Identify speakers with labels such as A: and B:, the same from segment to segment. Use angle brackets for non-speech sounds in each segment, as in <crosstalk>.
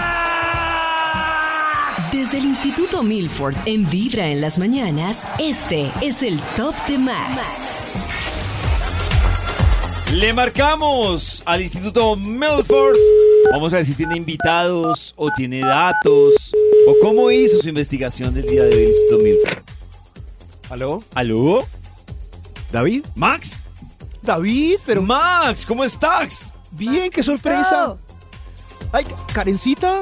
A: Desde el Instituto Milford, en Vibra en las mañanas, este es el Top de Max.
B: Le marcamos al Instituto Melford. Vamos a ver si tiene invitados o tiene datos o cómo hizo su investigación del día de hoy el Instituto Milford.
C: ¿Aló?
B: ¿Aló?
C: ¿David?
B: ¿Max?
C: David,
B: Pero Max, ¿cómo estás?
C: bien, qué sorpresa.
D: Bravo.
C: Ay, Karencita.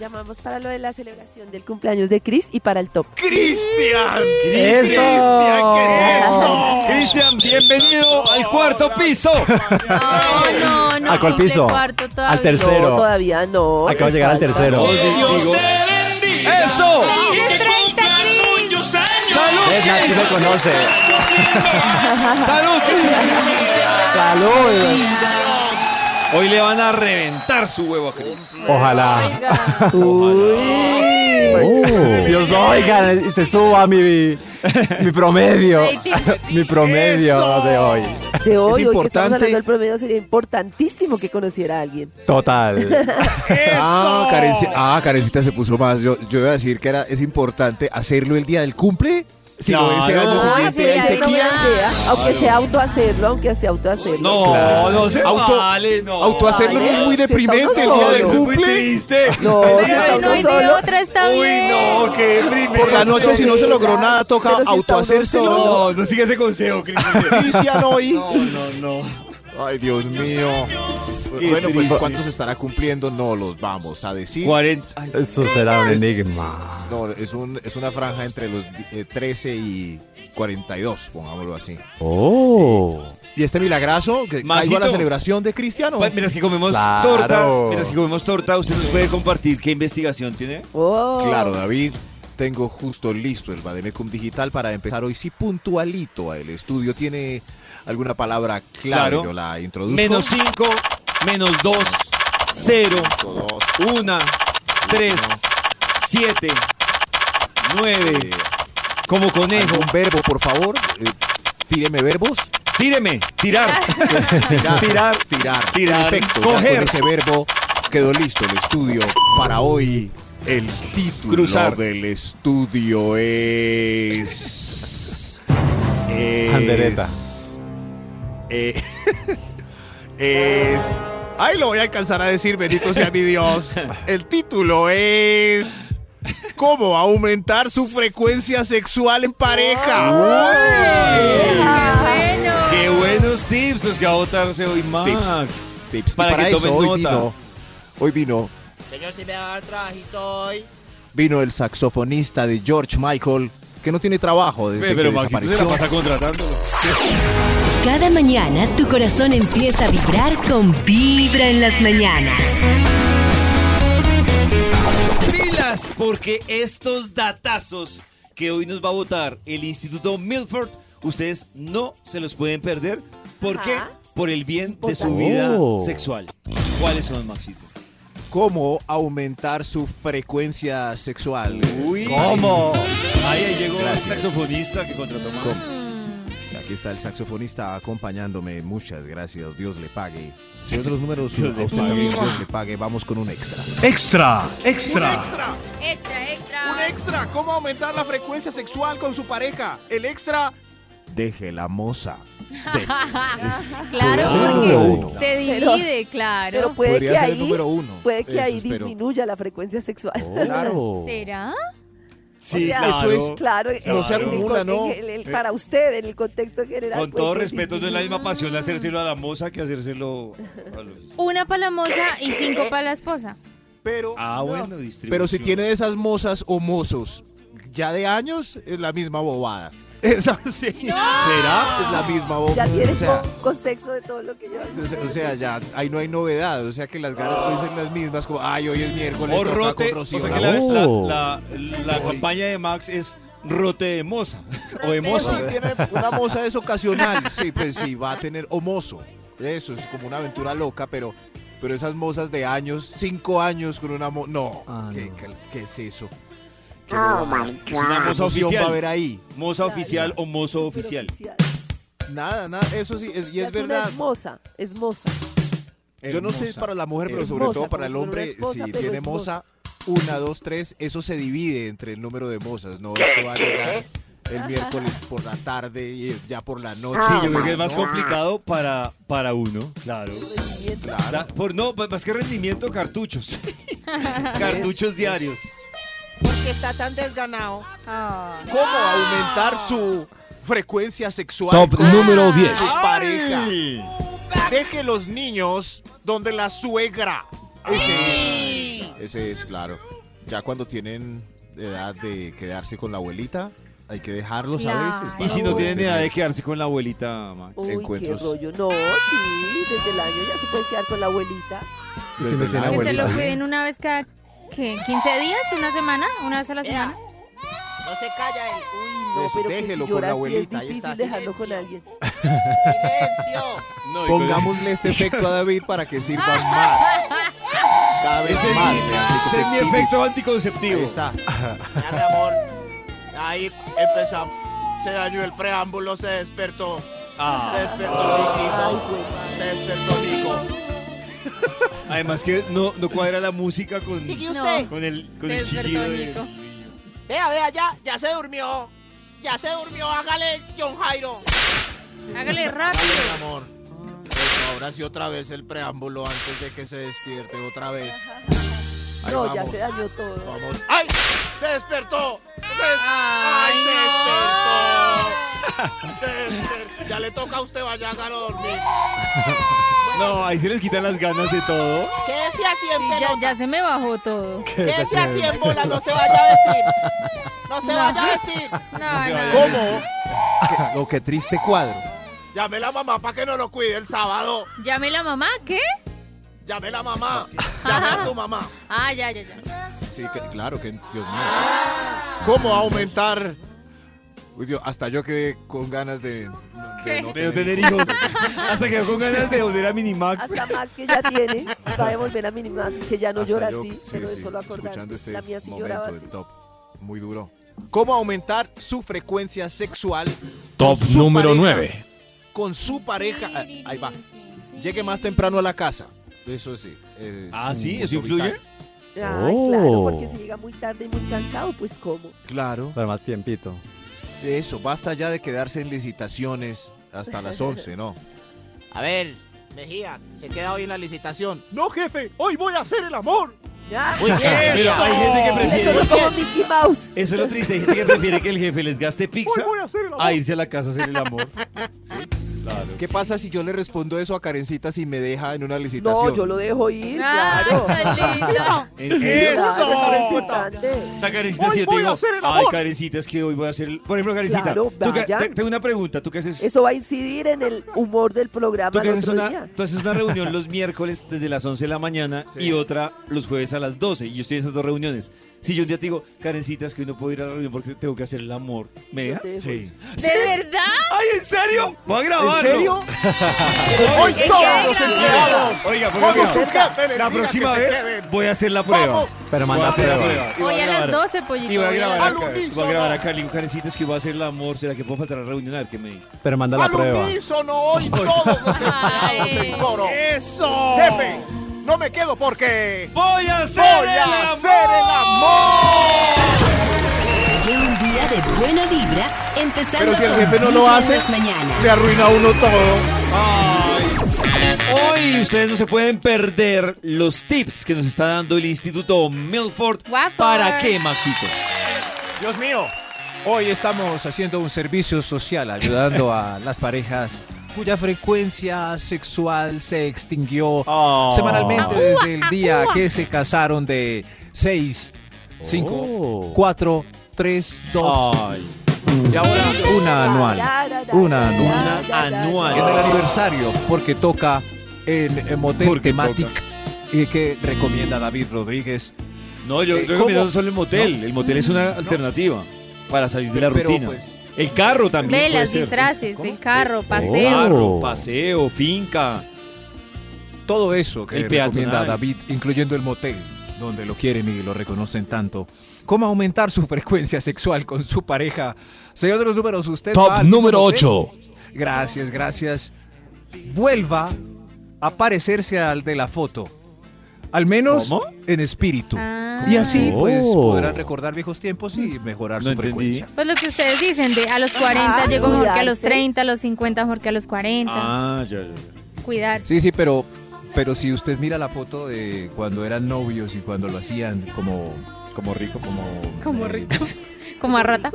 D: Llamamos para lo de la celebración del cumpleaños de Chris y para el top.
C: ¡Cristian!
B: ¡Eso!
C: ¡Cristian, qué es eso!
B: Cristian, bienvenido al cuarto piso.
E: No, no, no.
F: ¿A cuál piso?
E: de cuarto todavía.
F: Al tercero.
D: No, todavía no.
F: Acabo de llegar al tercero.
B: digo- ¡Eso!
E: ¡Felices 30, Cris!
B: ¡Salud!
F: Es Nat que me conoce.
B: ¡Salud! Cristian!
F: Salud.
B: Hoy le van a reventar su huevo a Cristian.
F: Ojalá.
E: Oiga.
F: <laughs>
C: Oh.
F: Dios lo oiga, se suba mi, mi promedio. Mi promedio de hoy.
D: De hoy, hoy que estamos
C: importante.
D: hablando del promedio, sería importantísimo que conociera a alguien.
E: <laughs>
F: Total.
C: Ah, Karenci- ah, Karencita se puso más. Yo, yo iba a decir que era, es importante hacerlo el día del cumple. Si
B: No,
C: lo es el
B: no.
C: año siguiente,
E: Ah, sí,
C: ahí se
E: ahí no
C: queda.
E: me-
D: Idea, Aunque sea autohacerlo, aunque sea autohacerlo.
B: No, no se
C: Auto-
B: vale, no.
C: Autohacerlo
D: Vale,
C: es muy
D: si estamos
C: deprimente el día del
D: solos.
B: Muy
C: cumple.
B: triste.
D: No,
E: Pero
D: si
E: si
D: está
E: no
D: uno
E: es de
D: solo.
E: otra, está
B: Uy,
E: bien.
B: no, qué deprimente.
C: Por la noche, si no se logró nada, toca
D: Pero si está uno
C: autohacérselo.
D: solo.
B: No, no sigue ese consejo, Cristian.
C: Cristian hoy.
B: No, no, no.
C: Ay, Dios mío.
B: Qué
C: bueno,
B: triste.
C: pues cuántos estará cumpliendo no los vamos a decir.
B: 40. Ay,
F: Eso será un enigma.
C: No, es, un, es una franja entre los eh, 13 y 42, pongámoslo así.
F: Oh.
C: Y este milagrazo, que
B: Maxito.
C: caigo a la celebración
B: <laughs>
C: de Cristiano.
D: Pues,
B: pa- Pues, Mientras que comemos
F: Claro.
B: torta, mientras que comemos torta, usted nos puede compartir qué investigación tiene.
D: Oh.
C: Claro, David, tengo justo listo el Bademecum Digital para empezar hoy sí puntualito. El estudio tiene alguna palabra clara,
B: Claro.
C: yo la introduzco.
B: Menos 5, menos 2, 0,
C: Dos,
B: 1, 3, 7, 9.
C: eh,
B: Como conejo.
C: algún verbo, por favor. Eh, tíreme verbos.
B: Tíreme, tirar.
C: Tirar, tirar,
B: Tirar,
C: Perfecto, ya
B: coger.
C: Con ese verbo quedó listo el estudio para hoy. El título
B: Cruzar.
C: del estudio es. es
F: Andereta.
C: eh, <laughs> es. Ay, lo voy a alcanzar a decir, bendito sea mi Dios. El título es. ¿Cómo aumentar su frecuencia sexual en pareja?
E: ¡Qué bueno!
B: Qué buenos tips los que va a votarse hoy, Max.
C: tips. Y
B: Para
C: Pues Para,
B: que
C: eso
B: tomen
C: hoy
B: nota.
C: vino, hoy vino,
G: Señor, si me va a dar trabajito hoy.
C: vino el saxofonista de George Michael, que no tiene trabajo desde
B: Ve, Pero
C: que
B: Maxito se la
C: desapareció.
B: pasa contratando.
A: Cada mañana tu corazón empieza a vibrar con Vibra en las mañanas.
B: Pilas, porque estos datazos que hoy nos va a votar el Instituto Milford, ustedes no se los pueden perder. ¿Por qué?
D: Ajá.
B: Por el bien de su
D: Importante.
B: vida
F: Oh.
B: sexual. ¿Cuáles son, Maxito?
C: ¿Cómo aumentar su frecuencia sexual?
B: Uy.
F: ¿Cómo?
B: Ahí, ahí llegó el
C: Gracias.
B: saxofonista que contrató Max.
C: ¿Cómo? Aquí está el saxofonista acompañándome. Muchas gracias. Dios le pague. Señor de los números,
B: Dios le
C: a usted
B: pague.
C: también Dios le pague. Vamos con un extra.
H: Extra, extra.
E: Extra, extra.
C: extra. ¿Cómo aumentar la frecuencia sexual con su pareja? El extra. Deje la moza.
E: claro,
C: Podría ser el número
E: porque
C: uno.
E: se divide, claro.
D: Pero puede
C: Podría
D: que
C: ser el
D: ahí,
C: número uno.
D: puede que
C: Eso
D: ahí
C: espero. Oh.
D: disminuya la frecuencia sexual.
F: Claro.
E: ¿Será?
B: Sí,
D: <laughs> o sea,
B: claro.
D: eso es claro.
B: No se
D: en el
C: acumula,
D: con-
C: ¿no?
D: en el- el- para usted, en el contexto general.
B: Con
D: puede
B: todo
D: que
B: respeto, no es la
D: disminuya.
B: misma pasión hacérselo a la moza que hacérselo a los...
E: Una para la moza y cinco para la esposa.
C: Pero,
B: <laughs> Ah, bueno, distribución.
C: pero si tiene esas mozas o mozos ya de años, es la misma bobada. <laughs> Es así. ¿Será? Es la misma
D: Ya
C: bobada.
D: tienes
C: o sea,
D: poco sexo de todo lo que lleva.
C: o sea- o sea, ya ahí no hay novedad. O sea, que las ganas pueden ser las mismas. Como, ay, hoy es miércoles.
B: O
C: toca
B: rote,
C: con
B: o
C: Rocío
B: sea que la,
C: Bravo".
B: la,
F: Oh.
B: la- la campaña de Max es rote de moza <laughs> o de
C: Pues sí,
B: moza.
C: tiene una moza es ocasional. Sí, pues sí, va a tener. O mozo. Eso es como una aventura loca, pero. Pero esas mozas de años, cinco años con una moza. No,
F: Ah,
C: ¿qué,
F: no.
C: qué- qué es eso?
B: Es una
C: ¿Qué
B: moza
C: emoción va a haber
B: Ah, oficial.
C: ahí?
B: Moza oficial o mozo oficial.
C: Nada, nada, eso sí, es- y es,
D: Es una
C: verdad.
D: hermosa, es moza.
C: Yo no sé para la mujer, pero
D: Hermosa,
C: sobre todo para el
D: como si fuera
C: hombre,
D: una esposa,
C: si
D: pero
C: tiene
D: es
C: moza,
D: moza.
C: una, dos, tres, eso se divide entre el número de mozas, ¿no? Es que va a llegar el miércoles por la tarde y ya por la noche.
B: Sí, yo creo que es más
C: No,
B: complicado para, para uno, claro.
C: claro.
B: Da- por no, pues, más que rendimiento, cartuchos. cartuchos diarios.
G: Porque está tan desganado.
E: Ah.
C: ¿Cómo aumentar su frecuencia sexual?
H: Top
C: con
H: número 10.
C: su pareja.
B: Ay.
C: Deje los niños donde la suegra. Ese es, ese es, claro. Ya cuando tienen edad de quedarse con la abuelita, hay que dejarlos a
E: Claro.
C: veces.
B: Y
C: para
B: si no
C: poder
B: tienen
C: tener-
B: edad de quedarse con la abuelita, Max.
D: Uy,
C: Encuentros.
D: qué rollo. No, sí, desde el año ya se puede quedar con la abuelita.
F: Y si
C: Desde
F: no tiene
C: la
E: Que se
F: abuelita.
E: lo cuiden una vez cada, ¿qué? ¿15 días? ¿Una semana? ¿Una vez a la semana?
G: No se calla él. Uy,
D: No,
C: Eso,
D: pero que si
C: déjelo con
D: llora así
C: la
D: es
C: abuelita, ahí está,
D: difícil dejarlo con alguien.
G: silencio.
B: No, y con-
C: Pongámosle este efecto a David para que sirva más.
E: Ah,
C: Cada vez más. de
B: Ese es mi efecto
C: anticonceptivos.
B: anticonceptivo.
C: Ahí está.
G: Ya, mi amor. Ahí empezamos. Se dañó el preámbulo, se despertó. Se
B: Ah,
G: despertó
D: Ay,
G: Niquito.
D: güey.
G: Se despertó Nico.
B: además que no, no cuadra la música con,
G: Sigue
E: No.
G: usted.
B: con el, con
E: Se
B: el
E: despertó
B: chillido. de-
E: Nico.
G: Vea, vea, ya. Ya se durmió. Ya se durmió. Hágale, John Jairo.
E: Hágale
G: Hágale, mi
E: rápido.
G: amor.
C: Eso, Pues ahora sí otra vez el preámbulo antes de que se despierte otra vez. Ahí
D: No, ya
C: vamos,
D: se dañó todo.
C: Vamos.
G: ¡Ay! ¡Se despertó! ¡Se des-
E: Ay,
G: ¡Ay,
E: no.
G: se despertó! Se desper- Ya le toca a usted, vaya a dormir.
B: No, ahí se les quitan las ganas de todo.
G: Quédese así en
E: Sí, ya,
G: pelota.
E: ya se me bajó todo.
G: Quédese así en bola, no se vaya a vestir. No se
E: No.
G: vaya a vestir.
B: se
E: No, no.
B: vaya.
C: ¿Cómo? Lo que triste cuadro.
G: Llame la mamá para que no lo cuide el sábado.
E: ¿Llamé la mamá? ¿Qué?
G: Llame la mamá. Llame a su mamá.
E: Ah, ya, ya, ya.
C: Sí, que- claro que Dios mío. ¿Cómo aumentar? Uy, Dios, hasta yo quedé con ganas de, de
E: ¿Qué?
C: no
B: De no tener hijos. Hasta que con ganas de volver a Minimax.
D: Hasta Max que ya
C: <laughs>
D: tiene, va a devolver a Minimax que ya no
C: Hasta
D: llora
C: yo,
D: así,
C: sí,
D: pero
C: sí,
D: eso lo
C: Escuchando
D: acordarse.
C: este
D: La mía sí
C: momento
D: lloraba
C: del
D: así.
C: top. Muy duro. ¿Cómo aumentar su frecuencia sexual?
H: Top
C: con su
H: número
C: pareja?
H: 9.
C: Con su pareja. Ah, Ahí va. Llegue más temprano a la casa. Eso sí. es
B: Ah, sí,
C: un
B: ¿eso
C: punto
B: influye?
C: vital.
D: Ay,
F: Oh.
D: claro, porque si llega muy tarde y muy cansado, pues cómo.
C: Claro.
F: Pero más tiempito.
C: Eso, basta ya de quedarse en licitaciones hasta las 11, ¿no?
G: A ver, Mejía, se queda hoy en la licitación. No, jefe, hoy voy a hacer el amor.
D: Ya,
G: Muy bien.
B: Pero hay gente que
D: eso
B: prefiere.
D: no como Mickey Mouse.
B: Eso es lo triste. Hay gente que prefiere que el jefe les gaste pizza
G: a hacer el
B: a irse a la casa a hacer el amor. Claro.
C: ¿Qué pasa si yo le respondo eso a Karencita si me deja en una licitación?
D: No, yo lo dejo ir,
E: Ah,
D: claro. <laughs>
E: tan linda.
B: ¿En serio?
D: Claro,
G: ¡Eso!
D: pero es importante.
B: O sea, Karencita, si yo te
G: voy a
B: digo,
G: hacer el
B: ay,
G: amor".
B: Karencita, es que hoy voy a hacer... el-". Por ejemplo, Karencita,
D: Claro,
B: tú que-
D: vayan.
B: te- tengo una pregunta. ¿Tú qué haces,
D: Eso va a incidir en el humor del
B: tú
D: programa
B: que
D: el
B: haces
D: otro
B: una,
D: día.
B: tú haces una reunión los miércoles desde las 11 de la mañana y otra los jueves a las 12? Y yo estoy en esas dos reuniones. Si yo un día te digo, Karencita, es que hoy no puedo ir a la reunión porque tengo que hacer el amor, ¿me dejas?
D: Te dejo ir.
E: ¿De verdad?
B: ¡Ay, en serio! ¡Voy a grabarlo! <laughs>
C: ¿En serio?
G: Hoy
E: ¿Qué
G: todos
E: quiere
G: los
E: grabar?
G: empleados.
B: Oiga, porque
G: Cuando su
B: mira,
G: jefe le
B: la
G: diga
B: próxima
G: que se
B: vez
G: queden,
B: voy a hacer la prueba.
G: Vamos.
F: Pero
B: Voy a
F: manda a
B: hacer la
F: prueba.
B: prueba. Y voy
E: Hoy a las
B: grabar.
E: 12,
B: Y
E: pollito.
B: voy a
E: hoy a
B: grabar a,
E: las
G: Al
B: Karen- voy a,
G: unísono.
B: grabar a Carlin Karencita, es que voy a hacer el amor, ¿será que puedo faltar a la reunión? A ver qué me dice.
F: Pero manda la
G: Al
F: prueba.
G: unísono hoy todos los empleados en coro.
B: ¡Eso!
G: Jefe, no me quedo porque
B: ¡Voy a hacer
G: voy
B: el
G: a
B: amor!
G: hacer el amor.
A: Lleva un día de buena vibra, empezando
C: Pero si el
A: con
C: jefe no lo
A: Vibra en
C: hace,
A: las mañanas.
C: Le arruina a uno todo.
B: Hoy ustedes no se pueden perder los tips que nos está dando el Instituto Milford.
E: Guafo.
B: ¿Para qué, Maxito?
C: Dios mío. Hoy estamos haciendo un servicio social ayudando a las parejas cuya frecuencia sexual se extinguió semanalmente desde el día que se casaron de 6, 5, 4, 3, 2
B: Ay.
C: Oh. y ahora una anual. Una anual.
B: Una anual.
C: en el aniversario porque toca en, en Motel
B: Porque
C: Tematic y que recomienda David Rodríguez.
B: No, yo,
C: Eh,
B: yo recomiendo
C: ¿cómo?
B: solo el motel. El motel es una alternativa. para salir de la
C: Pero,
B: rutina.
C: pues,
B: el carro también. puede
E: Velas,
B: ser.
E: disfraces,
C: ¿Cómo?
E: el carro, paseo.
B: Carro, paseo, finca.
C: Todo eso que
B: El
C: recomienda
B: peatonal.
C: David, incluyendo el motel, donde lo quieren y lo reconocen tanto. ¿Cómo aumentar su <laughs> frecuencia sexual con su pareja? Señor de los números, usted va
H: Top
C: al
H: número
C: motel.
H: 8.
C: Gracias, gracias. Vuelva a parecerse al de la foto. Al menos
B: ¿Cómo?
C: en espíritu.
E: Ah.
C: Y así pues
F: Oh.
C: podrán recordar viejos tiempos y mejorar
B: No
C: su
B: entendí.
C: frecuencia.
E: Pues lo que ustedes dicen, de a los 40
D: Ah,
E: llegó mejor que a los
D: cuidarse.
E: 30, a los 50 mejor que a los 40.
B: Ah, ya, ya, ya.
E: Cuidarse.
C: Sí, sí, pero, pero si usted mira la foto de cuando eran novios y cuando lo hacían como, como rico, como...
E: Como
C: eh,
E: rico. Como a rata.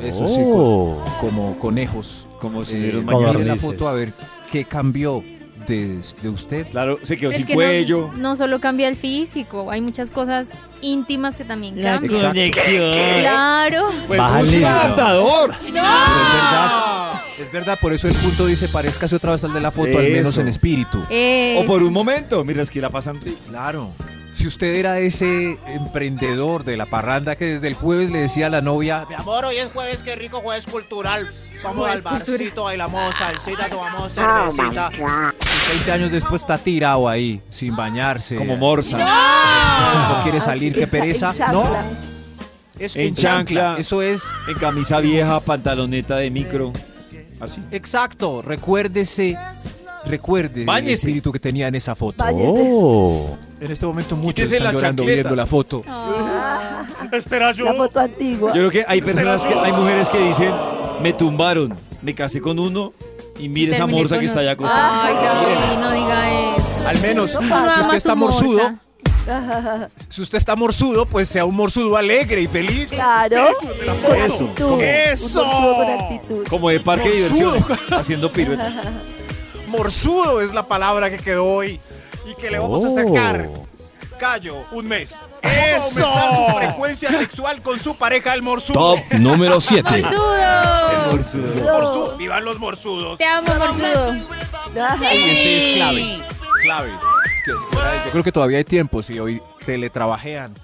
C: Eso sí, co-
F: Oh.
C: como conejos.
B: Como si
C: Eh,
B: dieron
C: mire
B: mañana.
C: la
F: codornices.
C: foto a ver qué cambió de, de usted.
B: Claro, se quedó sin
E: Pero es que
B: cuello.
E: no, no solo cambia el físico, hay muchas cosas íntimas que también cambian.
C: Exacto.
E: Claro.
C: Pues,
B: Ah,
F: Bájale.
B: adaptador.
C: Pero es verdad, es verdad, por eso el punto dice parezcase otra vez al de la foto, al menos
B: Eso.
C: en espíritu.
E: Eh,
B: O por un momento, mientras que la pasan rico.
C: Claro. Si usted era ese emprendedor de la parranda que desde el jueves le decía a la novia,
G: Mi amor, hoy es jueves, qué rico jueves cultural. Vamos al barcito, bailamos salsita, tomamos cervecita.
C: 20 pues años después está tirado ahí, sin bañarse.
B: Como morsa.
C: No quiere salir,
D: Ah,
C: qué
D: en cha- en
C: pereza. No,
D: chancla.
C: es
B: En chancla.
C: Eso es
B: En camisa vieja, pantaloneta de micro. Así.
C: exacto. Recuérdese, recuerde el
B: Báñese.
C: espíritu que tenía en esa foto.
D: Váyase.
H: Oh.
C: En este momento muchos
B: Quítese
C: están
B: las
C: llorando
B: chancletas.
C: viendo la foto.
D: Ah.
H: Este era yo.
D: La foto antigua.
B: Yo creo que hay personas que, hay mujeres que dicen, me tumbaron, me casé con uno y mire esa
E: terminé
B: morsa
E: con
B: que
E: un-
B: está allá acostada.
E: Ay, David, no diga eso.
C: Al menos,
D: Uno
E: Uno
C: si
E: ama
C: usted está
E: su morsa.
C: morsudo, si usted está morsudo, pues sea un morsudo alegre y feliz.
D: Claro. Con
B: Eso.
D: actitud.
H: Eso.
D: Un bolsillo con actitud.
B: Como de parque de diversiones,
H: <laughs>
B: haciendo piruetas.
H: Morsudo es la palabra que quedó hoy y que le vamos
C: Oh.
H: a sacar. Callo, un mes. Eso. Aumentar su frecuencia sexual con su pareja el morsudo.
I: Top número 7.
E: ¡Morsudo!
H: Morsudo. Vivan los morsudos.
E: Te amo, morsudo.
D: Ay,
C: Este es clave. Clave. Que- que- Yo creo que todavía hay tiempo si hoy teletrabajean.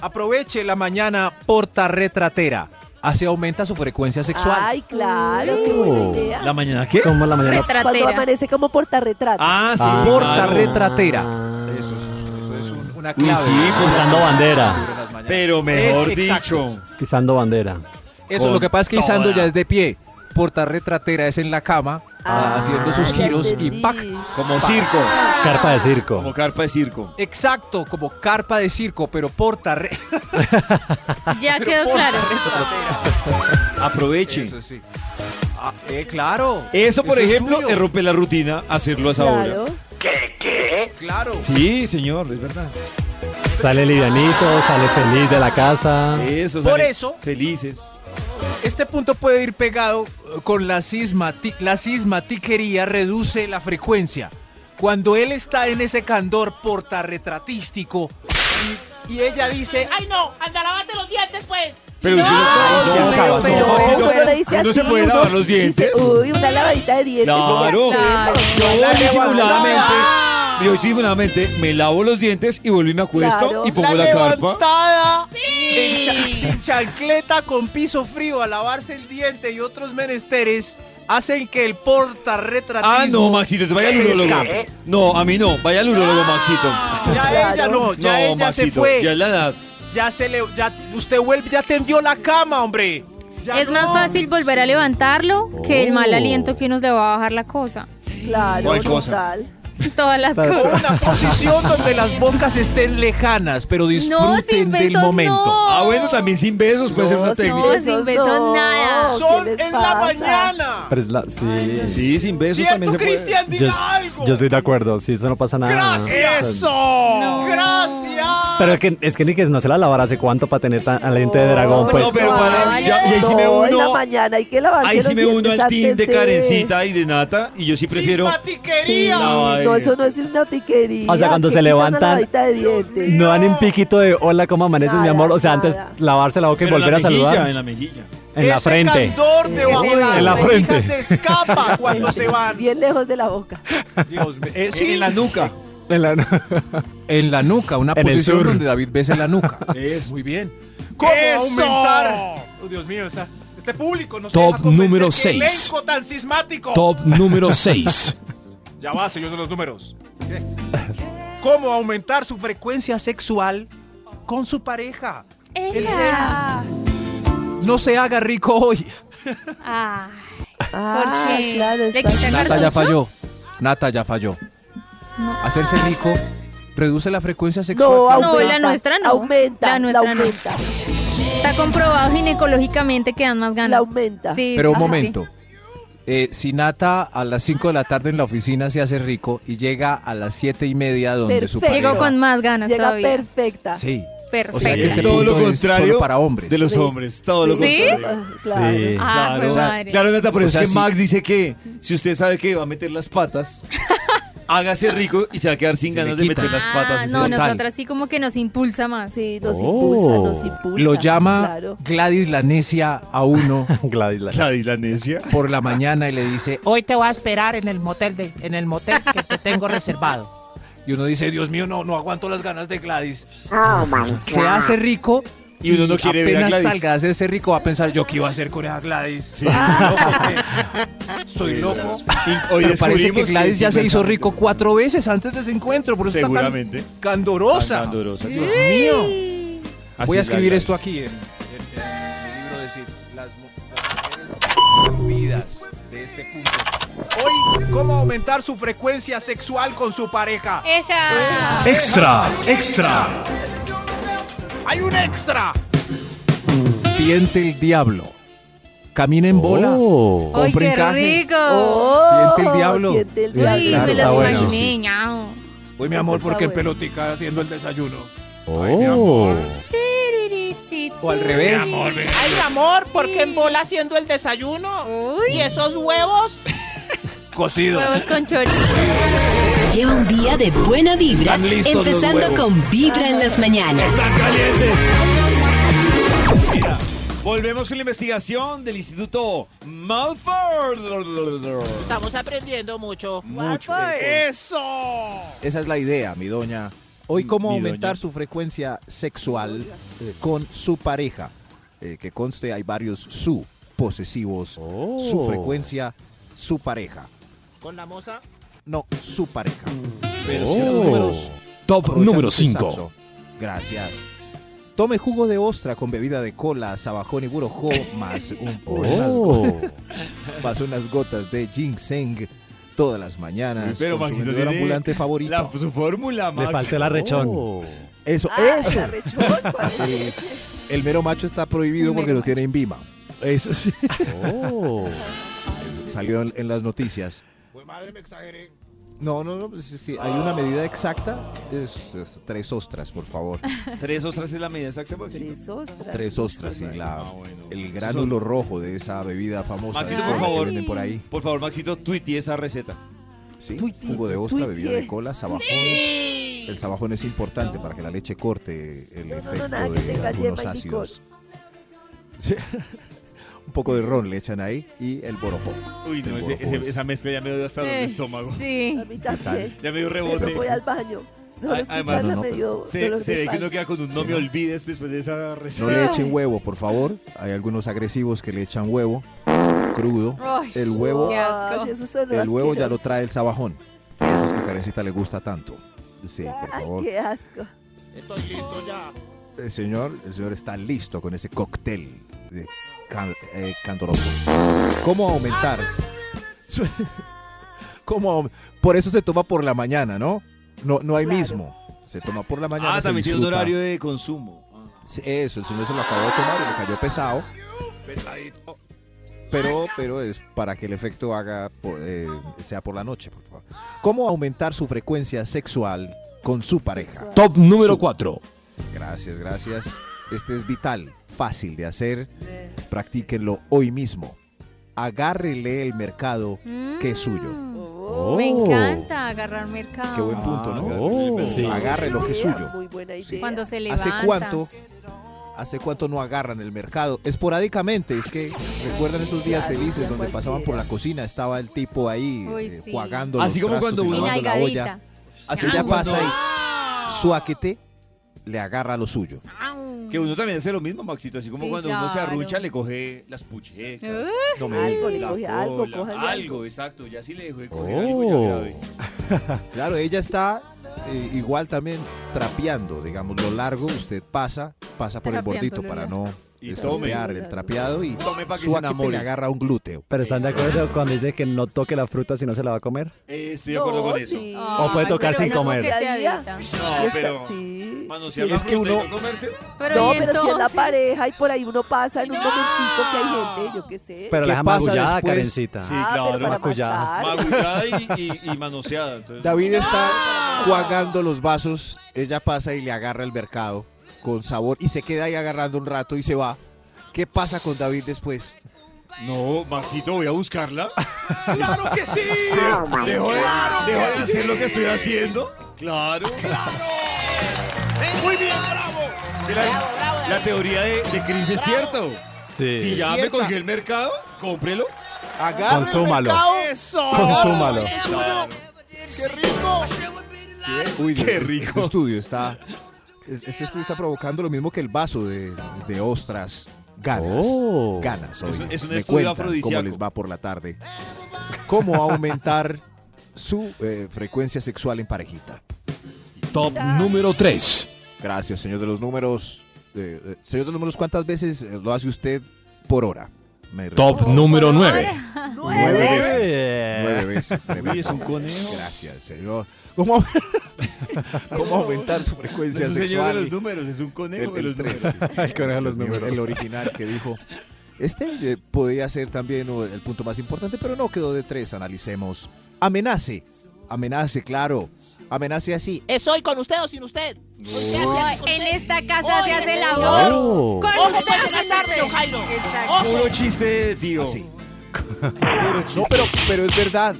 C: Aproveche la mañana porta retratera. Así aumenta su frecuencia sexual.
D: Ay, claro, qué buena
C: Oh.
D: idea.
B: ¿La mañana qué?
F: ¿Cómo la mañana?
D: Cuando
E: Retratera.
D: amanece como portarretrato.
B: Ah, sí.
F: Ah,
C: porta
B: claro.
C: retratera.
F: Ah.
C: Eso es, eso es un- una
B: Uy,
C: clave.
B: sí,
F: Izando bandera.
C: Duran las mañanas.
B: Pero mejor
C: Eh, exacto.
B: dicho.
F: Pisando bandera.
C: Eso, lo que pasa es que
B: Con
C: Isando
B: toda.
C: ya es de pie. Porta retratera es en la cama,
D: Ah,
C: haciendo sus
D: ya
C: giros y
D: entendí.
C: ¡pac!
B: Como circo.
C: Ah.
F: Carpa de circo.
B: Como carpa de circo.
C: Exacto, como carpa de circo, pero porta re-
E: Ya quedó claro.
B: Aproveche.
C: Eso sí. Ah, eh, claro.
B: Eso, por
C: es
B: ejemplo,
C: suyo.
B: te rompe la rutina hacerlo a esa
D: Claro.
B: hora.
C: Claro.
B: Sí, señor, es verdad.
F: Sale livianito, sale feliz de la casa.
B: Eso,
C: Por
B: sale
C: eso-
B: Felices.
C: Este punto puede ir pegado eh, con la sismati la sismatiquería reduce la frecuencia. Cuando él está en ese candor portarretratístico y, y ella dice, "Ay,
J: Ay, no, anda, lávate los dientes, pues.
B: Pero usted
E: no,
B: no,
E: pero, pero,
B: no,
E: pero,
B: no,
D: uno
E: pero,
D: le dice
B: ¿no
D: así,
B: se puede
D: uno
B: lavar los dientes?
D: Dice, uy, una lavadita de dientes.
B: Claro.
E: Claro.
D: Pues,
B: Yo
C: La
B: disimuladamente,
C: levantada.
B: yo disimuladamente me lavo los dientes y vuelvo y me acuesto
D: Claro.
B: y pongo la, carpa.
C: levantada en cha- sin chancleta con piso frío a lavarse el diente y otros menesteres hacen que el portarretratismo
B: Ah, no, Maxito, te vaya al
C: se
B: urólogo.
C: escape.
B: No, a mí no, vaya al urólogo, Maxito.
C: Ya ella no, ya
B: no,
C: ella
B: Maxito,
C: se fue.
B: Ya es la edad.
C: Ya se le. Ya, usted vuelve, ya tendió la cama, hombre. Ya
E: Es más
C: no.
E: fácil volver a levantarlo que el mal aliento que uno le va a bajar la cosa. <laughs>
D: Claro,
B: Cualquier cosa.
D: total.
E: Todas las
F: Claro.
E: cosas.
C: Una posición donde las bocas estén lejanas, pero
E: No, sin
C: disfruten del
E: besos,
C: momento.
E: no.
B: Ah, bueno, también sin besos puede ser una
D: Pues No, sin
B: técnica.
E: No, sin besos,
D: no.
E: nada.
D: ¿Qué
C: Sol
D: les
C: es la
D: pasa?
C: mañana.
F: Pero es la- sí.
B: Sí, sin besos también
C: ¿Cierto,
B: se puede.
C: Cristian?
F: Yo,
C: Diga algo.
F: yo estoy de acuerdo. Si eso no pasa nada.
H: Gracias. Eso.
E: No.
C: Gracias.
F: Pero es que, es que ni que no se la lavar hace cuánto para tener tan aliente de dragón,
D: No,
F: pues.
B: no, pero para,
E: Ay,
B: ya- y ahí sí me
D: No, en la
B: uno,
D: mañana hay que lavarse
B: ahí sí
D: los
B: me uno
D: dientes
B: al team
D: antes
B: de Karencita y de Nata y yo sí prefiero.
D: Sí,
C: Sismatiquería.
B: No,
D: no,
B: ay.
D: eso no es una tiquería.
F: O sea, cuando
D: que
F: se
D: quitan una
F: levantan-
D: lavadita de dientes.
F: No dan un piquito de hola, ¿cómo amaneces, mi
D: Nada,
F: amor? O sea, antes
D: nada.
F: lavarse la boca y
B: pero en
F: volver
B: la
F: a saludar.
B: mejilla, En la mejilla.
F: En la
C: Ese
F: frente. <laughs>
C: candor debajo de
E: se va.
C: las
E: En la
C: orejas
F: frente.
C: se escapa cuando se van.
E: <laughs>
D: Bien lejos de la boca.
C: Dios mío. Eh,
B: En la nuca.
F: En la-
C: En la nuca, una
F: En el
C: posición
F: sur.
C: donde David besa en la nuca. Muy bien. ¿Cómo
H: ¡Eso!
C: aumentar?
H: Oh, Dios mío, está. Este público no se
I: Top
H: deja convencer,
I: número
H: qué
I: seis.
H: elenco tan sismático!
I: Top número
B: <laughs>
I: 6.
H: Ya va, señor de los números.
C: ¿Cómo aumentar su frecuencia sexual con su pareja? El
E: Ella.
C: No se haga rico hoy.
E: Ah,
D: Ah,
E: Porque
D: claro,
E: le
D: está-
E: quitan
C: Nata
E: cartucho.
C: ya falló. Nata ya falló. Hacerse rico reduce la frecuencia sexual.
D: No,
E: No,
D: aumenta.
E: la nuestra no.
D: Aumenta,
E: La nuestra
D: la
E: no.
D: aumenta,
E: Está comprobado ginecológicamente que dan más
D: la
E: ganas.
D: aumenta.
E: Sí,
C: Pero un
E: sí, sí.
C: momento. Eh, si Nata a las 5 de la tarde en la oficina se hace rico y llega a las 7 y media donde
D: Perfecto.
C: su pareja...
E: Llegó con más ganas
D: Llega
E: todavía.
D: perfecta.
C: Sí.
E: Perfecto.
C: O sea que este
B: Todo lo
C: punto es
B: contrario
C: solo para hombres.
B: De los
D: Sí.
B: hombres, todo lo
E: ¿Sí?
B: contrario.
D: Ah, Claro.
F: Sí.
E: Ah,
B: Claro,
E: fue
B: o sea,
E: madre.
B: claro, Nata, por
C: O
B: eso
C: sea,
B: es que
C: sí.
B: Max dice que si usted sabe que va a meter las patas,
E: <laughs>
B: hágase rico y se va a quedar sin
C: Se le
B: ganas de
C: quita.
B: meter las patas.
E: Ah,
B: es
E: no,
B: total.
E: nosotras sí como que nos impulsa más.
D: Sí, nos
F: Oh.
D: impulsa, nos impulsa.
C: Lo llama
D: Claro.
C: Gladys la necia a uno
F: Gladys
B: <laughs>
F: la-
B: Gladys, la necia.
C: por la mañana y le dice...
J: Hoy te voy a esperar en el motel de, en el motel que te tengo reservado.
C: Y uno dice, Dios mío, no, no aguanto las ganas de Gladys. se hace rico
B: Y uno no quiere ver a
C: apenas
B: Gladys.
C: salga a hacerse rico va a pensar, yo qué iba a hacer con esa Gladys. <laughs>
E: Ah.
C: Estoy loco. ¿qué? Estoy loco.
B: Y hoy
C: Pero parece que
B: descubrimos
C: Gladys
B: es
C: ya se hizo
B: 50.
C: rico cuatro veces antes de ese encuentro, por eso está tan
B: Seguramente.
C: candorosa.
B: Tan candorosa.
C: Dios mío.
B: Así
C: Voy a
B: es la
C: escribir
B: Gladys.
C: esto aquí en, en- en el libro de Cid. Las, mu- las mujeres olvidas de este punto.
H: Hoy, ¿cómo aumentar su frecuencia sexual con su pareja?
E: ¡Eja!
I: Extra, extra.
H: ¡Hay un extra!
C: Diente el diablo. Camina en bola.
F: Oh.
E: ¡Ay,
C: Compren
E: qué
C: carne.
E: rico!
D: Oh,
C: Diente el diablo.
D: diente el
F: Uy,
D: diablo.
E: Uy,
F: claro,
E: me
F: está
E: los
F: bueno.
E: imaginé,
F: Sí.
E: ñao.
H: Uy, mi amor,
D: Eso
H: porque el
D: está bueno.
H: pelotica haciendo el desayuno.
F: Oh.
C: O al revés.
J: Ay, mi amor, ¿por qué en bola haciendo el desayuno? ¿Y
E: Uy,
J: esos huevos?
H: Cocido.
E: huevos con chorizo.
A: Lleva un día de buena vibra,
H: Están listos los
A: empezando
H: huevos.
A: con Vibra en las mañanas.
B: Mira, Volvemos con la investigación del Instituto Malford.
J: Estamos aprendiendo mucho.
B: Mucho.
H: ¡Eso!
C: Esa es la idea, mi doña. Hoy, ¿cómo
B: Mi
C: aumentar
B: doña.
C: su frecuencia sexual eh, con su pareja? Eh, que conste, hay varios su posesivos. Su
F: Oh.
C: frecuencia, su pareja.
J: Con la moza.
C: No, su pareja.
F: Oh.
I: Top número
C: Aprovechando este
I: 5.
C: saxo. Gracias. Tome jugo de ostra con bebida de cola, sabajón y burojó, más, un-
F: Oh.
B: <laughs>
C: unas, más unas gotas de ginseng todas las mañanas.
B: Pero,
C: Ah, con su
B: Maxito,
C: vendedor
B: tiene
C: ambulante favorito.
B: La, su fórmula,
I: Le
B: Max.
I: falta el arrechón.
B: Oh.
C: Eso,
D: Ah,
C: eso.
D: la rechón, ¿cuál <laughs> es?
C: Eh, el mero macho está prohibido
E: El
C: porque
E: mero
C: lo tiene en Vima. Eso sí.
F: Oh.
C: Salió en, en las noticias.
H: Pues madre, me exageré.
C: No, no, no. pues, sí, sí, hay una medida exacta. Es- es tres ostras, por favor.
B: Tres ostras es la medida exacta, Maxito.
D: Tres ostras.
C: Tres ostras y la,
B: Ah, bueno.
C: el gránulo rojo de esa bebida famosa.
B: Maxito,
C: de
B: por
C: cola que
B: favor.
C: venden por ahí.
B: Por favor, Maxito, tuitee esa receta.
C: Sí,
D: Tuiti,
C: jugo de ostra,
D: tuiti.
C: bebida de cola, sabajón. El sabajón es importante para que la leche corte el
D: No, no, no,
C: efecto
D: nada que
C: de
D: tenga
C: algunos
D: yema y licor.
C: ácidos. Sí. <laughs> Un poco de ron le echan ahí y el borojó.
B: Uy, no,
C: El
B: ese-
C: borojó
B: ese-
C: es-
B: esa mezcla ya me dio hasta el estómago.
E: Sí.
D: A mí también.
B: Ya me dio
D: Pero voy
B: rebote.
D: al baño. Solo
B: Ay,
D: escucharla
B: además,
C: no, no,
D: me dio dolor
B: Se, se
D: de
B: ve que uno
D: panza.
B: queda con un no me olvides después de esa
C: No
B: receta.
C: le echen huevo, por favor. Hay algunos agresivos que le echan huevo crudo.
E: Ay,
C: El huevo,
E: Qué asco.
D: Ay, eso sonó
C: el huevo ya lo
D: asqueroso.
C: trae el sabajón. Por eso es que a Karencita le gusta tanto. Sí, por
D: Ay,
C: favor.
D: Ah, qué asco.
G: Estoy listo ya.
C: El señor, el señor está listo con ese cóctel de can- eh, candoroso. ¿Cómo aumentar? <laughs> su- ¿Cómo aum- Por eso se toma por la mañana, ¿no? No, no ahí
D: Claro.
C: mismo. Se toma por la mañana.
B: Ah,
C: se
B: también tiene un
C: disfruta.
B: horario de consumo. Ah.
C: Sí, Eso, el señor se lo acabó de tomar y le cayó pesado.
H: Pesadito.
C: Pero, pero es para que el efecto haga por- eh, sea por la noche, por favor. ¿Cómo aumentar su frecuencia sexual con su pareja?
I: Top número
C: Su-
I: 4.
C: Gracias, gracias. Este es vital, fácil de hacer. Practíquenlo hoy mismo. Agárrele el mercado que es suyo.
E: Mm.
D: Oh,
E: Me encanta agarrar mercado.
C: Ah, Qué buen punto, ¿no?
B: Ah,
C: Pues,
I: Oh.
F: Sí.
C: Agarre lo que es
D: idea,
C: suyo.
D: Muy buena idea.
E: Cuando se levanta.
C: ¿Hace cuánto? ¿Hace cuánto no agarran el mercado? Esporádicamente, es que recuerdan esos días felices donde pasaban por la cocina, estaba el tipo ahí
E: Uy,
C: eh,
E: sí.
C: jugando
B: Así como cuando uno-
E: Mi
C: la olla.
E: nalgadita.
C: Así ya pasa ahí. Suaquete le agarra lo suyo.
B: Que uno también hace lo mismo, Maxito. Así como
E: Sí,
B: cuando uno se
E: claro.
B: arrucha, le coge las puches.
E: Uh.
B: No me
D: Algo, le
B: digas.
D: coge
B: La
D: algo,
B: cola,
D: coge
B: algo.
D: algo.
B: exacto. Ya sí le dejó de coger algo. ya
C: Oh.
B: grave.
C: Claro, ella está eh, igual también trapeando, digamos, lo largo, usted pasa, pasa por el
E: Trapeando
C: bordito
E: lo
C: para
E: largo.
C: no
B: Y
C: estropear
D: tome.
C: el trapeado y
B: Tome pa' que se
C: su que
B: enamore.
C: le agarra un glúteo.
F: Pero ¿están de acuerdo cuando dice que no toque la fruta si no se la va a comer?
B: Eh, estoy de acuerdo
D: No,
B: con
D: sí.
B: eso.
E: Ay,
F: O puede tocar
E: pero
F: sin
E: una
F: comer.
E: coqueteadita.
B: No,
D: Está-
B: pero.
D: sí.
B: Manosear
C: Es
B: la
C: que
B: fruta y
C: uno-
B: no comerse.
E: Pero,
D: no,
E: ¿y
D: pero si es la
E: entonces?
D: pareja y por ahí uno pasa en un momentico que hay gente, yo qué sé.
F: Pero
C: ¿Qué
F: la deja
C: pasa
F: magullada,
C: después?
F: Karencita.
B: Sí,
D: Ah,
B: claro.
D: pero para
F: macullada.
D: más tarde.
B: Magullada y, y- y manoseada. entonces-
C: David está cuagando los vasos, ella pasa y le agarra el mercado con sabor y se queda ahí agarrando un rato y se va. ¿Qué pasa con David después?
B: No, Maxito, voy a buscarla.
H: ¡Claro que sí!
B: Dejo de, dejo de hacer lo que estoy haciendo. Claro.
H: ¡Muy bien, bravo!
B: La, la teoría de, de Cris es cierto.
F: Sí.
B: Si ya me cogió el mercado, cómprelo.
H: Agarra el
F: Consúmalo.
H: mercado.
G: ¡Eso!
F: <laughs> Consúmalo.
G: ¡Qué rico!
C: Uy,
B: Qué
C: Dios,
B: rico.
C: Este estudio está. es- Este estudio está provocando lo mismo que el vaso de, de ostras. Ganas.
F: Oh.
C: Ganas hoy.
B: Es un- es un
C: Me
B: estudio
C: cuentan
B: afrodisíaco.
C: cómo les va por la tarde. Cómo aumentar su eh, frecuencia sexual en parejita.
I: Top número 3.
C: Gracias, señor de los números. Eh, eh, señor de los números, ¿cuántas veces eh, lo hace usted por hora? Me
I: Top
C: repito,
I: número 9.
C: nueve veces.
F: Bien.
C: Nueve veces.
B: Uy, es un
C: tremendo.
B: conejo.
C: Gracias, señor. ¿Cómo, <laughs> cómo aumentar su frecuencia
B: Es un señor de
C: sexual?
B: los números, es un conejo de
C: <laughs> El-
B: los
C: el
B: números.
C: tres.
F: El conejo de los
C: Dios mío,
F: números.
C: El original que dijo. Este eh, podía ser también o, el punto más importante, pero no quedó de tres. Analicemos. Amenace. Amenace, claro. Amenace así.
J: ¿Es hoy con usted o sin usted?
E: No, en esta casa se hace labor.
F: Oh.
E: Con usted
J: de la tarde, don Jairo.
E: Exacto.
B: Puro chiste, tío.
C: así. No, pero, pero es verdad.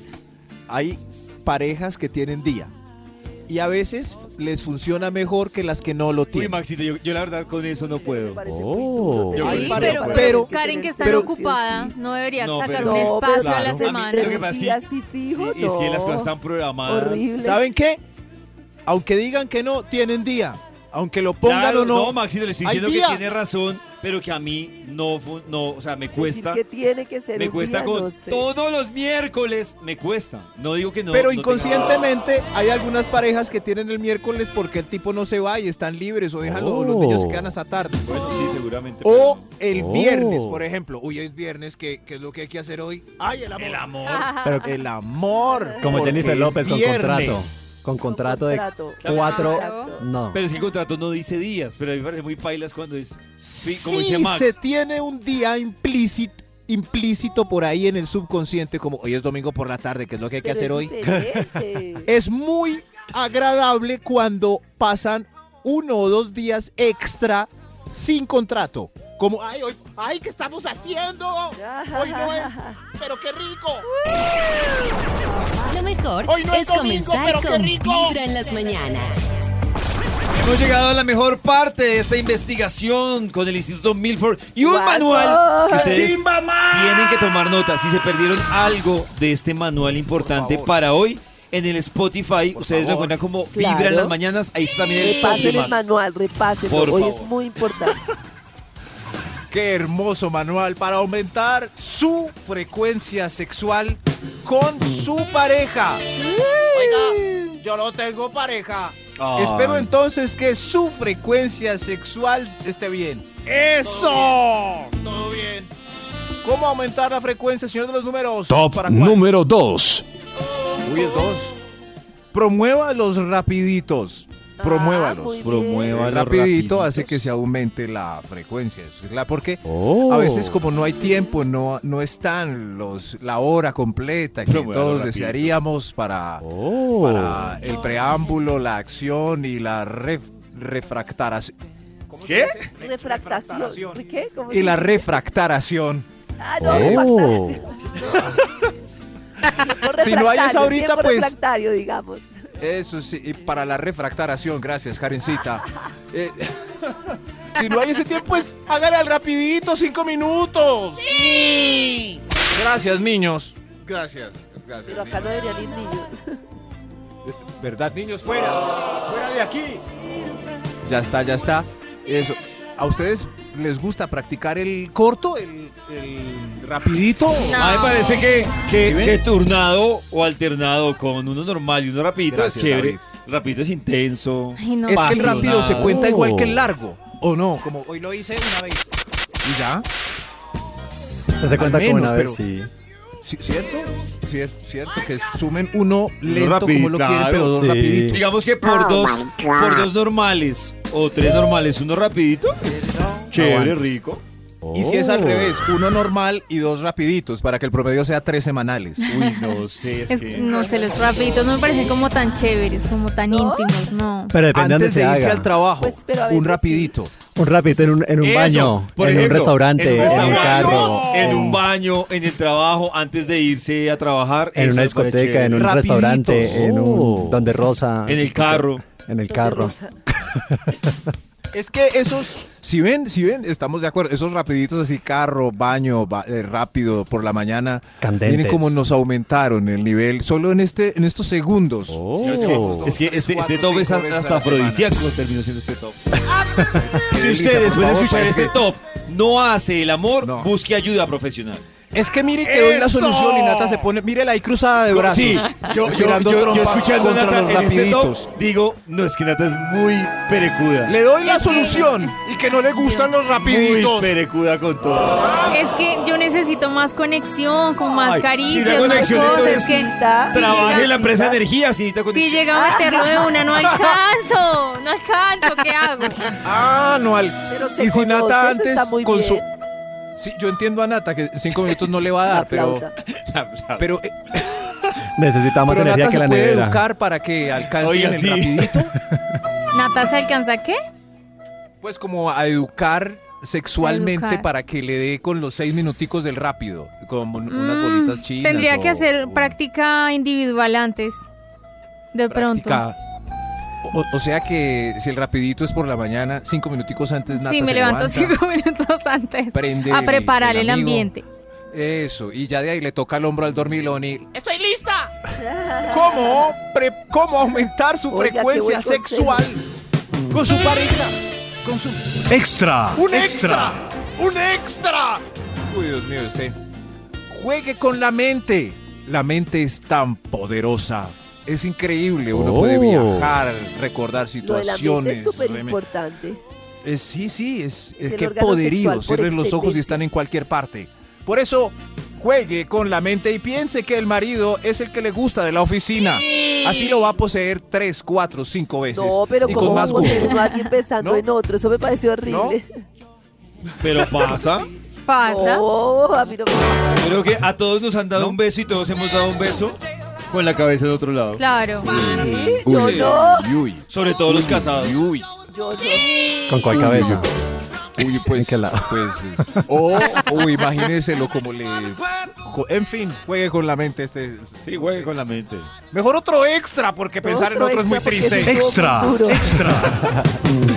C: Hay parejas que tienen día. Y a veces les funciona mejor que las que no lo
B: Uy,
C: tienen.
B: Maxito, yo, yo la verdad con eso no puedo.
F: Oh.
B: Yo
E: Ay,
B: creo que
E: pero,
B: no,
C: pero-
E: Karen que está
C: pero-
E: ocupada no debería
B: No,
E: sacar
B: pero-
E: un
B: No,
D: pues,
E: espacio a
B: claro.
E: la
B: A mí-
E: semana.
B: Lo que pasa es que-
D: así fijo,
B: Sí, es que las
D: no.
B: cosas están programadas.
D: Horrible.
C: ¿Saben qué? Aunque digan que no, tienen día. Aunque lo pongan
B: Claro,
C: o no.
B: No, Maxito, le estoy
C: Hay
B: diciendo
C: día.
B: que tiene razón, pero que a mí no, fu- no o sea, me
D: Decir
B: cuesta.
D: que tiene que ser
B: Me
D: un
B: cuesta
D: día,
B: con
D: no sé.
B: todos los miércoles, me cuesta. No digo que no.
C: Pero
B: no tenga-
C: inconscientemente hay algunas parejas que tienen el miércoles porque el tipo no se va y están libres o dejan lo- los
F: Oh.
C: niños se quedan hasta tarde.
B: Ah, Bueno, sí, seguramente.
C: O
B: pero-
C: el
F: Oh.
C: viernes, por ejemplo. Uy, es viernes, ¿qué, qué es lo que hay que hacer hoy? Ay, el amor.
G: El amor.
C: <laughs>
F: Pero
C: El amor,
F: como
C: porque
F: Jennifer
C: es
F: López con
C: viernes.
F: contrato. Con contrato de
D: contrato.
F: cuatro.
D: Exacto.
F: No.
B: Pero es que el contrato no dice días, pero a mí me parece muy pailas cuando es. Sí, como
C: Sí,
B: dice Max.
C: se tiene un día implícito implícito por ahí en el subconsciente como hoy es domingo por la tarde, ¿qué es lo que hay que
D: Pero
C: hacer
D: es
C: hoy?
B: <laughs>
D: diferente.
C: Es muy agradable cuando pasan uno o dos días extra sin contrato. Como, ay, hoy, ay, ¿qué estamos haciendo? Hoy no es, pero qué rico.
A: Lo mejor
J: Hoy no
A: es,
J: es domingo,
A: comenzar
J: pero qué
A: con
J: rico.
A: Vibra en las mañanas.
B: Hemos llegado a la mejor parte de esta investigación con el Instituto Milford y un
D: Guau.
B: manual que ustedes
G: ¡Chimba más!
B: tienen que tomar nota. Si se perdieron algo de este manual importante
C: favor.
B: para hoy, en el Spotify,
C: Por
B: ustedes lo
C: favor.
B: encuentran como
D: Claro.
B: Vibra en las mañanas. Ahí está también el
D: Repasen
B: podcast.
D: Eh, el manual, repasen.
B: Por
D: Hoy es
B: favor.
D: muy importante.
C: Qué hermoso manual para aumentar su frecuencia sexual con su pareja.
G: Oiga, yo no tengo pareja.
B: Ay.
C: Espero entonces que su frecuencia sexual esté bien.
G: ¡Eso! Todo bien.
C: ¿Cómo aumentar la frecuencia, señor de los números?
I: Top
C: ¿Para cuál?
I: número 2.
C: Uy, es dos. Promueva los rapiditos.
D: Ah, muy
C: Promuévalos.
D: bien.
C: Promueva
B: Promuévalos
C: Eh, rapidito
B: rapiditos.
C: hace que se aumente la frecuencia. Es la- Porque
F: Oh.
C: a veces como no hay tiempo, no, no están los, la hora completa que
B: Promuévalos
C: todos
B: rapiditos.
C: desearíamos para,
F: Oh.
C: para el preámbulo, la acción y la ref, refractaración.
B: ¿Qué?
D: Refractación. ¿Qué? ¿Cómo
C: Y
D: se
C: la
D: dice?
C: refractaración.
D: Ah, no,
F: Oh.
D: refractaración. Tiempo
C: Si no hay esa
D: refractario,
C: ahorita,
D: tiempo
C: pues-
D: refractario, digamos.
C: Eso sí, y para la refractaración, gracias, Karencita. Eh, <laughs> si no hay ese tiempo, pues hágale al rapidito, cinco minutos. Gracias, niños. Gracias, gracias.
D: Pero acá no deberían ir niños.
C: ¿Verdad, niños? ¡Fuera! ¡Fuera de aquí! Ya está, ya está. Eso. ¿A ustedes les gusta practicar el corto, el, el rapidito?
B: A mí me parece que, que, que turnado o alternado con uno normal y uno rapidito
C: Gracias,
B: es chévere.
C: David.
B: Rápido es intenso.
E: Ay, no.
C: Es que el rápido se
B: apasionado.
C: cuenta igual que
B: Oh.
C: el largo. ¿O no? Como hoy lo hice una vez. ¿Y ya?
F: Se hace
C: Al
F: cuenta como
C: menos,
F: una vez,
C: pero-
F: sí.
C: ¿Ci- ¿Cierto? Cier- ¿Cierto? Que sumen uno lento
B: Rapi-
C: como lo quieren,
B: claro,
C: pero dos
B: sí.
C: rapiditos.
B: Digamos que por dos, por dos normales o tres normales, uno rapidito. es chévere,
F: Aguanta.
B: rico.
C: Y si es al
F: Oh.
C: revés, uno normal y dos rapiditos, para que el promedio sea tres semanales.
B: Uy, no sé, es
E: Es-
B: que-
E: no sé, los rapiditos no me parecen como tan chéveres, como tan íntimos, no.
F: Pero depende
C: Antes
F: de
C: de
F: dónde
C: irse
F: se
C: al
F: haga.
C: trabajo,
D: Pues, pero a
C: un
D: veces
C: rapidito.
F: Un rapidito en un, en un
B: Eso,
F: baño,
B: por
F: en un
B: ejemplo,
F: restaurante, en un
B: restaurante,
F: carro,
B: en un baño, en el trabajo, antes de irse a trabajar.
F: en
B: eso
F: una
B: me parece
F: discoteca, en un
B: chévere.
C: Rapiditos.
F: restaurante, en un donde rosa.
B: En el carro.
F: En el carro.
C: Es que esos, si ven, si ven, estamos de acuerdo. Esos rapiditos así, carro, baño, ba- eh, rápido por la mañana.
F: Candentes.
C: Miren cómo nos aumentaron el nivel solo en este, en estos segundos.
F: Oh.
B: Es que este, este top es
C: Cuatro,
B: hasta
C: cinco veces a la semana.
B: afrodisíaco, terminó siendo este
C: <laughs>
B: top. Si
C: Qué
B: usted
C: delicia,
B: después de
C: por favor,
B: escuchar
C: parece
B: este
C: que-
B: top no hace el amor,
C: No.
B: busque ayuda profesional.
C: Es que mire que doy la
G: ¡Eso!
C: solución y Nata se pone, mírela ahí cruzada de brazos. <laughs>
B: Sí, yo, yo,
C: estirando
B: yo, yo
C: trompa
B: escuchando a
C: contra
B: Nata
C: los
B: en este top,
C: rapiditos.
B: digo, no, es que Nata es muy perecuda.
H: Le doy la
E: Es que-
H: solución y que no le gustan los
B: Muy
H: rapiditos.
B: perecuda con todo.
E: Es que yo necesito más conexión, con más
B: Ay, si la
E: caricias, más
B: conexión
E: cosas.
B: entonces
E: Es que
D: está-
E: si
B: Trabaje en
E: llega,
B: la empresa de energía, si necesita
E: si
B: conexión. <laughs>
E: llega a meterlo de una, no alcanzo, no alcanzo, ¿qué hago?
C: Ah, no al.
D: Pero se
C: Y si
D: conoce,
C: Nata
D: eso
C: antes
D: está muy
C: con su.
D: bien.
C: Sí, yo entiendo a Nata que en cinco minutos no le
E: <laughs>
C: va a
D: La
C: dar, pero.
D: flauta.
C: Pero, eh,
F: Necesitamos
C: pero
F: energía
C: Nata
F: que
C: se
F: la
C: puede
F: nevera.
C: educar para que alcance
B: Oiga,
C: en el
B: sí.
C: rapidito.
E: ¿Nata se alcanza a qué?
C: Pues como a educar sexualmente
E: Educar.
C: para que le dé con los seis minuticos del rápido, con un- unas
E: Mm,
C: bolitas chinas.
E: Tendría que
C: o-
E: hacer
C: o
E: práctica individual antes. De pronto.
C: práctica. O, o sea que si el rapidito es por la mañana, cinco minuticos antes Nata
E: Sí, me
C: se
E: levanto
C: levanta,
E: cinco <laughs> minutos antes.
C: prende
E: A
C: el-
E: preparar el,
C: amigo.
E: ambiente.
C: Eso, y ya de ahí le toca el hombro al dormilón y
G: ¡Estoy lista!
H: ¿Cómo, pre- cómo aumentar su
D: Oiga, qué
H: frecuencia
D: buen consejo.
H: sexual con su pareja? Con su...
I: Extra.
H: ¡Un extra! ¡Un extra!
C: Uy, Dios mío, usted. Juegue con la mente. La mente es tan poderosa. Es increíble. Uno
F: Oh.
C: puede viajar, recordar
D: Lo del ambiente
C: situaciones.
D: es súper
C: reme-
D: importante.
C: Eh, sí, sí, es,
D: Es
C: es
D: el
C: que
D: órgano sexual
C: poderío.
D: por
C: Cierren los ojos y
D: excelencia.
C: están en cualquier parte. Por eso, juegue con la mente y piense que el marido es el que le gusta de la oficina. Así lo va a poseer tres, cuatro, cinco veces.
D: No, pero
C: y
D: como
C: con más gusto.
D: uno alguien pensando
C: ¿No?
D: en otro, eso me pareció horrible.
B: Pero pasa.
E: Pasa.
D: No, a mí no me pasa.
B: Creo que a todos nos han dado un beso y todos hemos dado un beso con la cabeza de otro lado.
E: Claro.
D: Sí, Yo no,
C: Uy, uy,
B: Sobre todo los casados.
C: uy.
D: yo no.
F: ¿Con cuál cabeza?
C: Uy,
F: <laughs>
C: pues,
F: qué lado?
C: pues, pues. O, o imagínenselo como le... co- En fin, juegue con la mente este...
B: Sí, güey, con la mente.
H: Mejor otro extra, porque pensar en otro es muy
D: extra, porque
H: triste.
D: eso estuvo muy duro.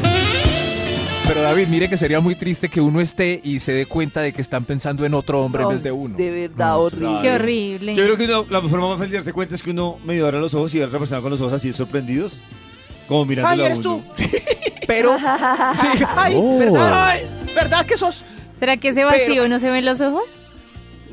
C: Pero David, mire que sería muy triste que uno esté y se dé cuenta de que están pensando en otro hombre en vez de
D: No,
C: uno.
D: De verdad, horrible.
E: Qué
B: Yo
E: horrible.
B: creo que uno- la forma más fácil de darse cuenta es que uno medio abre los ojos y ve a la otra persona con los ojos así sorprendidos. Como mirando
H: ¡Ay,
B: a
H: eres
B: uno.
H: tú!
D: <laughs>
H: Pero... Sí, ¡Ay,
F: Oh.
H: verdad! ay, ¿Verdad que sos...?
E: ¿Será que ese vacío no se ven los ojos?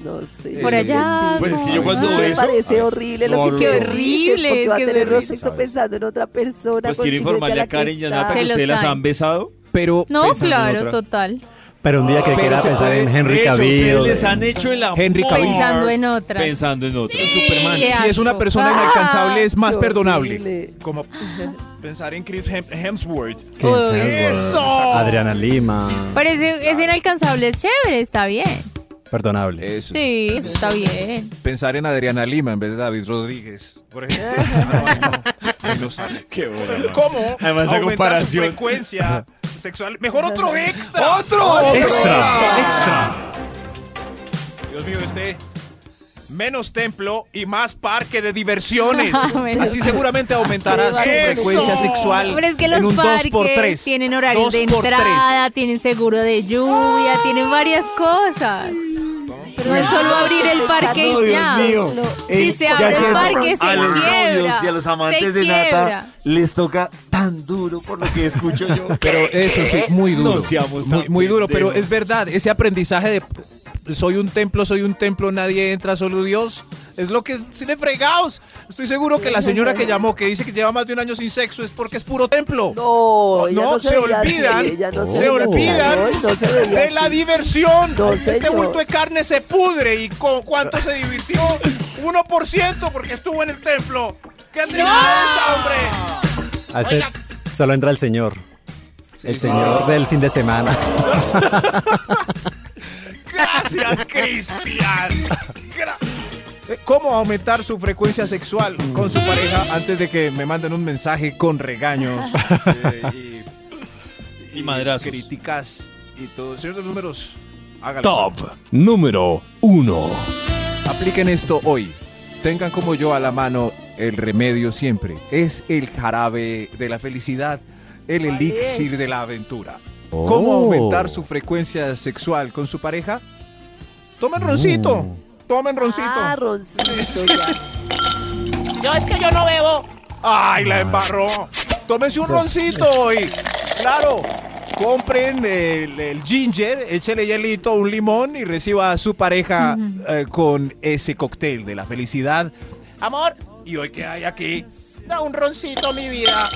D: No sé.
E: Por allá.
B: Pues es que yo
E: Ah.
B: cuando
D: Eso me
B: beso-
D: parece horrible
B: no
D: lo que es
B: hablo.
D: que
B: Qué
E: horrible,
D: porque va a
E: qué
D: tener
E: horrible.
D: sexo pensando en otra persona.
B: Pues quiero
D: continente
B: informarle
D: la
B: a Karen y a
D: está.
B: Nata que
E: Que los
B: ustedes las
E: hay.
B: han besado.
C: Pero
E: No,
B: Pensando en
E: claro,
B: otra.
E: total.
F: Pero un día que
C: Pero
F: quiera
C: se
F: pensar
C: puede-
F: en Henry
B: De hecho,
F: Cavill.
B: ustedes les han hecho el amor.
C: Henry Cavill.
E: Pensando en otra.
B: Pensando en otra.
C: Superman,
E: Qué
C: si es una
E: asco.
C: persona
E: Ah,
C: inalcanzable es más
D: qué
C: perdonable.
D: horrible.
C: Como pensar en Chris Hem- Hemsworth.
F: Chris Hemsworth, Adriana Lima.
E: Pero ese, ese inalcanzable es chévere, está bien.
F: Perdonable.
C: Eso.
E: Sí, eso está bien.
C: Pensar en Adriana Lima en vez de David Rodríguez. Por
E: <laughs>
C: ejemplo. Ah, no, ahí no. Ahí no sale.
B: Qué bueno.
H: ¿Cómo
B: Además, esa
H: aumentar
B: comparación.
H: su
B: <laughs>
H: frecuencia sexual? Mejor
E: <laughs>
H: otro extra.
B: ¡Otro!
I: Extra. Extra.
H: Dios mío, este menos templo y más parque de diversiones.
E: <laughs> Menos-
C: Así seguramente aumentará su
H: Eso.
C: frecuencia sexual.
E: Pero es que
C: en
E: los
C: un 2 por
E: parques
C: 3
E: tienen horarios de
C: 2 por 3.
E: entrada, tienen seguro de lluvia, tienen varias cosas. Pero al solo abrir el parque
B: No,
E: y
B: Dios
E: ya.
B: mío.
E: Si
B: Eh,
E: se
B: ya
E: abre
B: que
E: el parque, se
B: a los
E: quiebra.
B: novios y a los
E: se
B: amantes de Nata
E: quiebra.
B: les toca tan duro por lo que escucho yo.
C: Pero eso sí, muy duro.
B: No seamos
C: muy,
B: tan
C: muy duro, pero
B: pendejos.
C: es verdad, ese aprendizaje de soy un templo, soy un templo, nadie entra, solo Dios. Es lo que tiene fregados. Estoy seguro que la señora que llamó, que dice que lleva más de un año sin sexo, es porque es puro templo.
D: No, ella
H: No, se,
D: debería
H: olvidan,
D: hacer, ella no
H: se
D: debería hacer,
H: olvidan
D: no, no se debería
H: de la
D: hacer.
H: diversión.
D: No,
H: este
D: señor.
H: bulto de carne se pudre y con cuánto se divirtió. 1% porque estuvo en el templo. ¡Qué tristeza, hombre!
F: Hace- solo entra el señor. el señor del fin de semana.
H: Gracias, Cristian. Gra-
C: Eh, ¿Cómo aumentar su frecuencia sexual con su pareja antes de que me manden un mensaje con regaños eh,
B: <laughs> Y madrazos.
C: críticas y todo? Señor de los números, hágalo.
I: Top número 1.
C: Apliquen esto hoy. Tengan como yo a la mano el remedio siempre. Es el jarabe de la felicidad, el
D: ¿Cuál
C: elixir
D: es?
C: de la aventura.
F: Oh.
C: ¿Cómo aumentar su frecuencia sexual con su pareja? Tomen roncito. Tomen roncito.
D: Ah, roncito, ya.
G: Yo es que yo no bebo.
H: Ay, la embarró.
C: Tómense un roncito hoy. Claro. Compren el, el ginger, échele hielito, un limón y reciba a su pareja eh, con ese cóctel de la felicidad.
G: Amor,
H: ¿Y hoy qué hay aquí?
G: da un roncito, mi vida.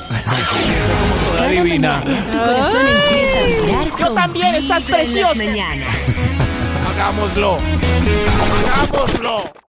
A: Cada mañana tu corazón empieza a vibrar
G: Yo
A: con
G: también,
A: vibra
G: estás
A: en las
G: preciosa.
A: mañanas.
H: Hagámoslo.
G: Hagámoslo.